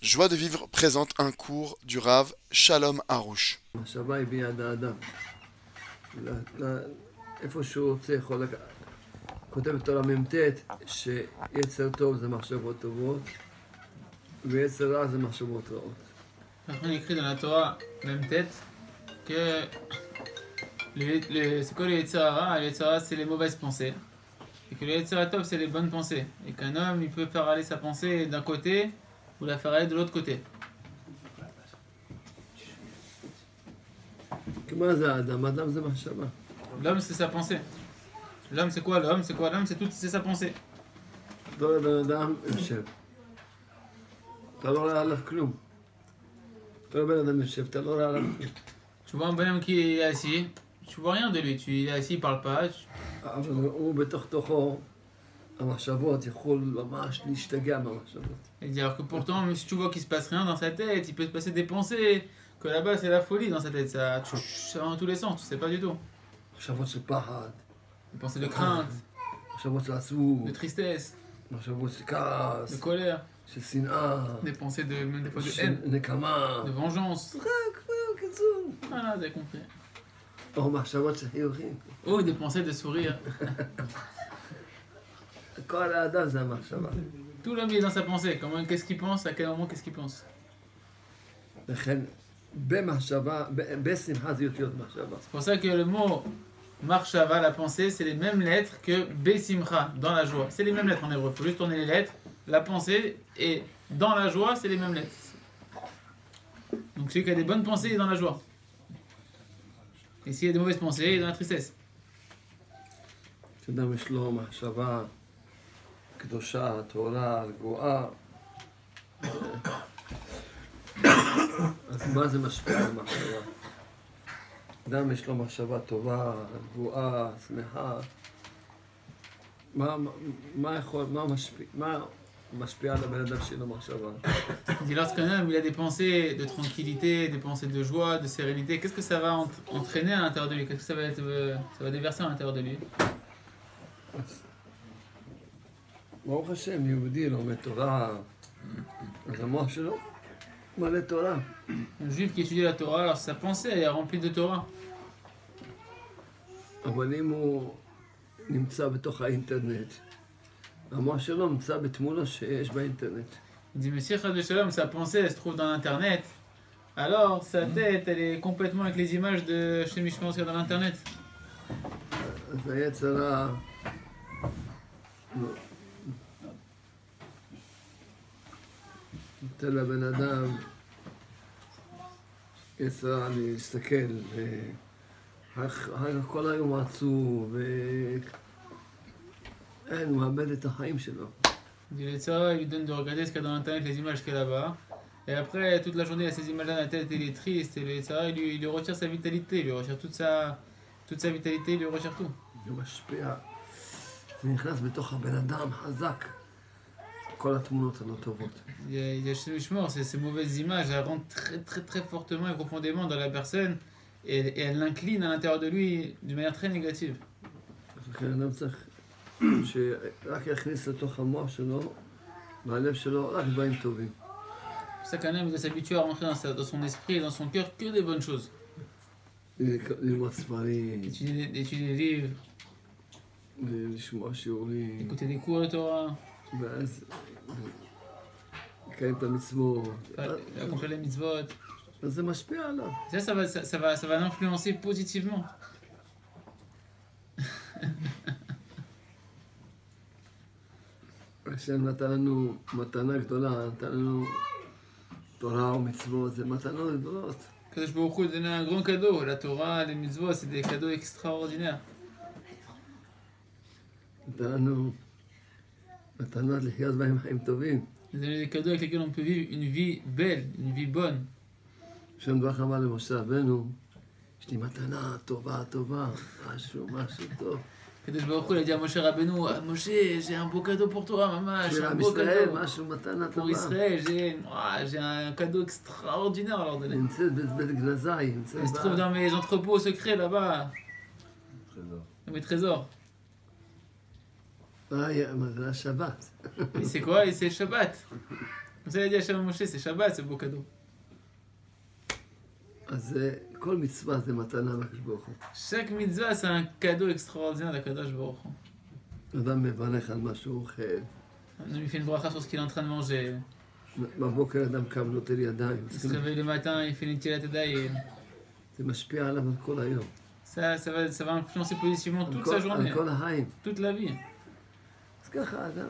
Joie de vivre présente un cours du Rav Shalom Harouche. המחשבה היא ביד האדם. ל- ל- איפה שהוא רוצה יכול לקחת. כותב את עולם מ"ט, שיצר טוב זה מחשבות טובות, ויצר רע זה מחשבות רעות. לכן נקריא dans la Torah, même tête, que le- le- c'est quoi le Yetzirah Le Yetzirah, c'est les mauvaises pensées. Et que le Yetzirah Tov, c'est les bonnes pensées. Et qu'un homme, il peut faire aller sa pensée d'un côté ou la faire aller de l'autre côté. כי מה זה האדם? האדם זה מחשבה. L'homme, c'est sa pensée. L'homme, c'est quoi l'homme C'est quoi l'homme C'est tout, c'est sa pensée. אתה רואה בן לא אדם יושב. אתה לא רואה עליו כלום. אתה רואה בן אדם יושב, אתה לא רואה עליו כלום. Tu vois un bonhomme qui est assis, tu vois rien de lui. Tu, il est assis, il parle pas. tu- אבל הוא בתוך תוכו, המחשבות, יכול ממש להשתגע מהמחשבות. Et dire que pourtant, même si tu vois qu'il se passe rien dans sa tête, il peut se passer des pensées. Que là-bas, c'est la folie dans sa tête. Ça, ça va dans tous les sens, tu sais pas du tout. מחשבות של פחד, Des pensées de crainte, מחשבות של עצבות, de tristesse, מחשבות של de כעס, colère, של שנאה, des pensées de, même des fois de של haine, נקמה, de vengeance. בקיצור. Voilà, vous avez compris. או מחשבות של חיוכים. Oh, des pensées de sourire. כל האדם זה המחשבה. Tout l'homme il est dans sa pensée. Comment, qu'est-ce qu'il pense À quel moment, qu'est-ce qu'il pense לכן, במחשבה, ב- בשמחה זה יותר מחשבה. C'est pour ça que le mot marshava, la pensée, c'est les mêmes lettres que besimcha, dans la joie. C'est les mêmes lettres en hébreu. Faut juste tourner les lettres. La pensée et dans la joie, c'est les mêmes lettres. Donc celui qui a des bonnes pensées il est dans la joie. Et s'il a des mauvaises pensées, il est dans la tristesse. שאדם יש לו מחשבה קדושה, טהורה, רגועה. אז מה זה משפיע על מחשבה? אדם יש לו מחשבה טובה, רגועה, שמחה. מה, מה יכול, מה משפיע, מה משפיע על הבן אדם שאין לו מחשבה? Il dit lorsqu'un homme il a des pensées de tranquillité, des pensées de joie, de sérénité, qu'est-ce que ça va ent- entraîner à l'intérieur de lui Qu'est-ce que ça va, être, euh, ça va déverser à l'intérieur de lui ברוך השם, יהודי לומד תורה, אז המוח שלו מלא תורה. Un juif qui étudie la Torah, alors sa pensée elle est remplie de Torah. אבל אם הוא נמצא בתוך האינטרנט, המוח שלו נמצא בתמונה שיש באינטרנט. Il dit, mais si Chad Shalom, sa pensée, elle se trouve dans l'internet, alors sa tête, elle est complètement avec les images de chez Mishmael qu'il y a dans l'internet. אז היצרה... לא. נותן לבן אדם יצרה להסתכל, ואחר אחר כך כל היום עצוב, ואין, הוא מאבד את החיים שלו. Il dit, le Tzara, il lui donne de regarder ce qu'il y a dans l'internet, les images qu'il y a là-bas. Et après, toute la journée, il a ces images dans la tête, il est triste, et le Tzara, il lui, il lui retire sa vitalité, il lui retire toute sa, toute sa vitalité, il lui retire tout. זה משפיע. זה נכנס בתוך הבן אדם חזק, כל התמונות הלא טובות. Il y a- il y a chez Mishmael, ces, ces mauvaises images, elles rentrent très, très, très fortement et profondément dans la personne, et, et elles l'inclinent à l'intérieur de lui d'une manière très négative. אז לכן אדם צריך שרק יכניס לתוך המוח שלו, מהלב שלו, רק דברים טובים. C'est pour ça qu'un homme il doit s'habituer à rentrer dans, sa- dans son esprit et dans son cœur que des bonnes choses. ללמוד ספרים, Étudier, des- étudier des livres, לשמוע שיעורים, écouter des cours de Torah, ואז לקיים את המצוות. faire- accomplir les mitzvot. אז זה משפיע עליו. Ça, ça va, ça, ça va, ça va l'influencer positivement. השם נתן לנו מתנה גדולה, נתן לנו תורה ומצוות, זה מתנות גדולות. Kadosh Baruch Hu donner un grand cadeau. La Torah, les mitzvot, c'est des cadeaux extraordinaires. נתן לנו מתנות לחיות בהם חיים טובים. Il donner des cadeaux avec lesquels on peut vivre une vie belle, une vie bonne. השם ברוך אמר למשה רבנו, יש לי מתנה טובה טובה, משהו, משהו טוב. Kadosh Baruch Hu, il a dit à Moshe Rabbeinu, Ah, Moshe, j'ai un beau cadeau pour toi, maman, j'ai בשביל un עם beau ישראל, cadeau. משהו מתנה Pour טובה. Israël, j'ai ah, j'ai un cadeau extraordinaire à leur היא donner. נמצאת בבית גנזי, היא נמצאת Elle se trouve בארץ. dans mes entrepôts secrets là-bas, dans mes trésors. מה היה- מה זה השבת? Et c'est quoi Et c'est Shabbat. Comme ça, il a dit Hachem à Moshe, c'est Shabbat, c'est beau cadeau. אז זה, כל מצווה זה מתנה מהקדוש ברוך הוא. Chaque mitzvah, c'est un cadeau extraordinaire d'Akadosh Baruch Hu. אדם מברך על מה שהוא אוכל. Un homme, il fait une bracha sur ce qu'il est en train de manger. בבוקר אדם קם ונוטל ידיים. Il se réveille le matin, il fait une tilat et זה משפיע עליו על כל היום. ça, ça, va, ça va influencer positivement על toute כל- sa journée, על כל החיים. toute la vie. אז ככה אדם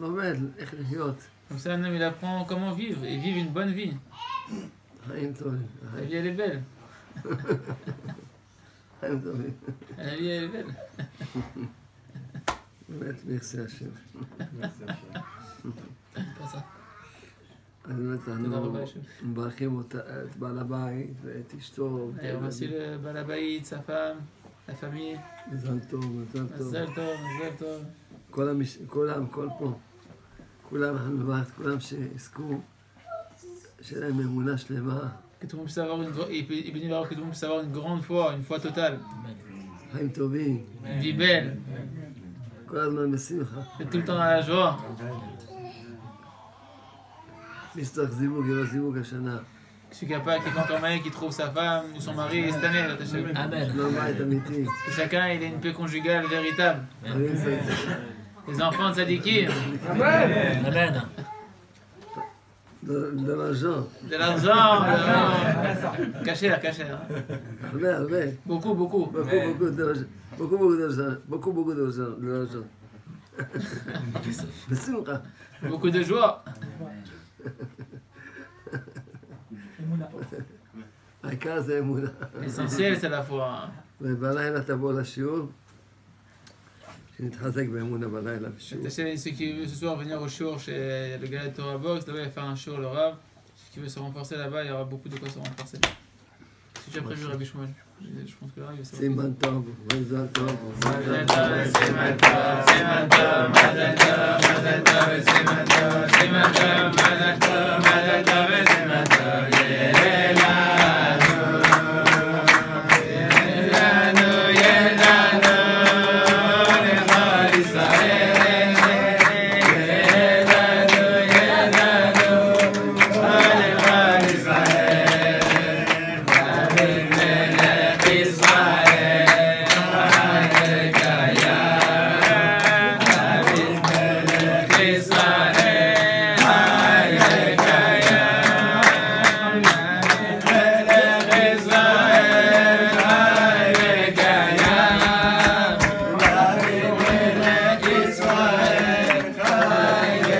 לומד איך לחיות. Comme ça, un homme, il apprend comment vivre et vivre une bonne vie. חיים טובים. La החיים- vie, elle est belle. חיים טובים. La vie, elle est belle. באמת, מרצה השם. Pas ça. אז באמת T'es dans le אנחנו bas, Hachem. מברכים אותה- את בעל הבית ואת אשתו. ואת Et on remercie הילדים. le Balabaïd, sa femme, la famille. מזל טוב, מזל טוב. Mazel Tov, Mazel Tov. כל המש... כולם, כל פה, כולם, אנחנו נברך את כולם שיזכו, שיהיה להם אמונה שלמה, Que tout le monde puisse avoir une, gr- et puis- et béni le Lord, que tout le monde puisse avoir une grande foi, une foi totale, חיים טובים, une vie belle, כל הזמן בשמחה. être tout le temps dans la joie. מי שצריך זיווג, יהיה לו זיווג השנה. Je suis capable qui quand un mec qui trouve sa femme ou son mari cette année, là, t'as chez- Amen. שלום בית אמיתי. que chacun il ait une paix conjugale véritable. חברים צדיקים. Les enfants de Sadiki, Amen. ד- דרז'ון, de l'argent, de- caché, caché. הרבה, הרבה. Beaucoup, beaucoup. בוקו בוקו דרז'ון. בוקו בוקו דרז'ון. בוקו בוקו דרז'ון. דרז'ון. בשמחה. Beaucoup de joie. העיקר זה אמונה. L'essentiel c'est la foi. hein. ובלילה תבוא לשיעור, שנתחזק באמונה בלילה בשיעור. Tâchez ceux qui veulent ce soir venir au show chez le gars de Torah Box, là-bas il va faire un show le Rav. Ceux qui veulent se renforcer là-bas, il y aura beaucoup de quoi se renforcer. C'est déjà prévu Rabbi Shmuel. Je pense que là il va savoir. סימן טוב, מזל טוב. Mazel Tov, Siman Tov, Siman Tov, Mazel Tov, Mazel Tov, Siman Tov, Siman Tov, Mazel Tov, Mazel Tov, Siman Tov. Yelelanu, yelelanu, yelelanu, Lechol Yisrael, yelelanu, yelelanu, Lechol Yisrael, David Melech Israël, David Kaya, David Melech Israël, David Kaya, David Melech Israël, David Kaya, David Melech Israël, David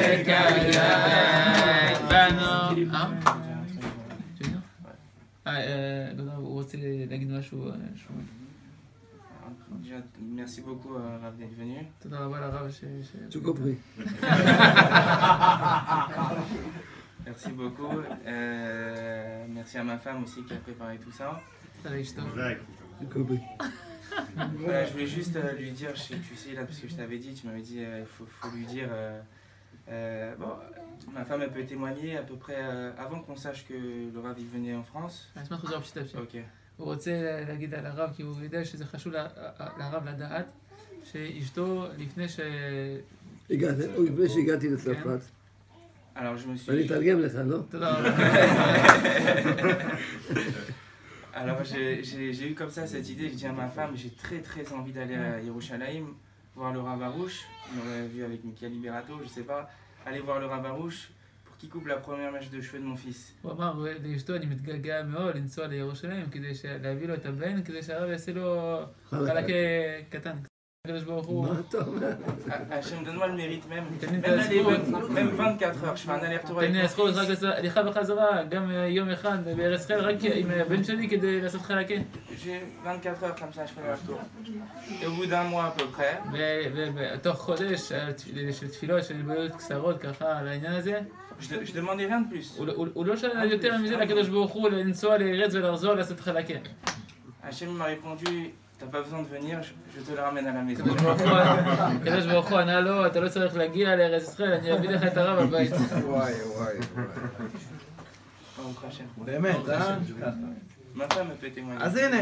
Kaya. Bano, hein? Tu veux dire אה, אה, לא יודע, ah, uh, הוא רוצה להגיד משהו, אה, שמואל. Déjà, merci beaucoup euh, Raph, d'être venu. תודה רבה לרב ש... ש- צ'וקופרי. Merci beaucoup. Euh, merci à ma femme aussi qui a préparé tout ça. תודה לאשתו. צ'וקופרי. Voilà, je voulais juste euh, lui dire, je sais, tu sais là, parce que je t'avais dit, tu m'avais dit, euh, il faut, faut lui dire. euh, euh, bon, ma femme, elle peut témoigner à peu près euh, avant qu'on sache que le Rav il venait en France. אני אשמח לחזור פשיטה פשיטה. Ok. הוא רוצה להגיד על הרב, כי הוא יודע שזה חשוב לה- לרב לדעת, שאשתו, לפני ש... הגעתי, אוי, לפני שהגעתי לצרפת, Alors je me suis. אני אתרגם לך, לא? תודה רבה. Alors j'ai- j'ai j'ai eu comme ça cette idée, je dis à ma femme, j'ai très très envie d'aller à Yerushalayim, voir le Ravarouche, on l'aurait vu avec Michael Liberato, je sais pas, aller voir le Ravarouche pour qu'il coupe la première mèche de cheveux de mon fils. הוא אמר הוא- לאשתו, אני מתגעגע מאוד לנסוע לירושלים, כדי ש- להביא לו את הבן, כדי שהרב יעשה לו חלק אה, קטן. הקדוש ברוך הוא. מה אתה אומר? Ah, Hachem, donne-moi le mérite même, T'as mis même, ta aller- seconde. même 24 heures, je fais un aller-retour תן avec לי mon הזכות רק fils. לעשות הליכה וחזרה, גם אה, יום אחד בארץ חיל, רק עם הבן שלי כדי לעשות כן." חלקי. J'ai 24 heures comme ça, je fais le retour. Et au bout d'un mois à peu près, ותוך חודש היה תפ- של תפילות, של בעיות קצרות ככה על העניין הזה. je, de- je demandais rien de plus. הוא לא- הוא הוא לא שאל יותר מזה לקדוש ברוך הוא לנסוע לארץ ולחזור לעשות חלקה. Hachem m'a répondu, t'as pas besoin de venir, je, je te le ramène à la maison. הקדוש ברוך הוא- הקדוש ברוך הוא ענה לו, אתה לא צריך להגיע לארץ ישראל, אני אביא לך את הרב הבית. וואי, וואי. Au prochain. באמת, אה? Ma femme peut témoigner. אז הנה,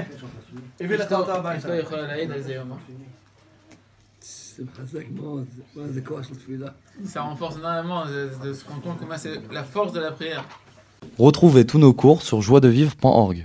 הביא לך אותה אשתו הביתה. יכולה להעיד על זה יום. זה מחזק מאוד, זה- מה, זה כוח של תפילה. Ça renforce énormément de, de se rendre compte comment c'est la force de la prière. Retrouvez tous nos cours sur joiedevivre.org.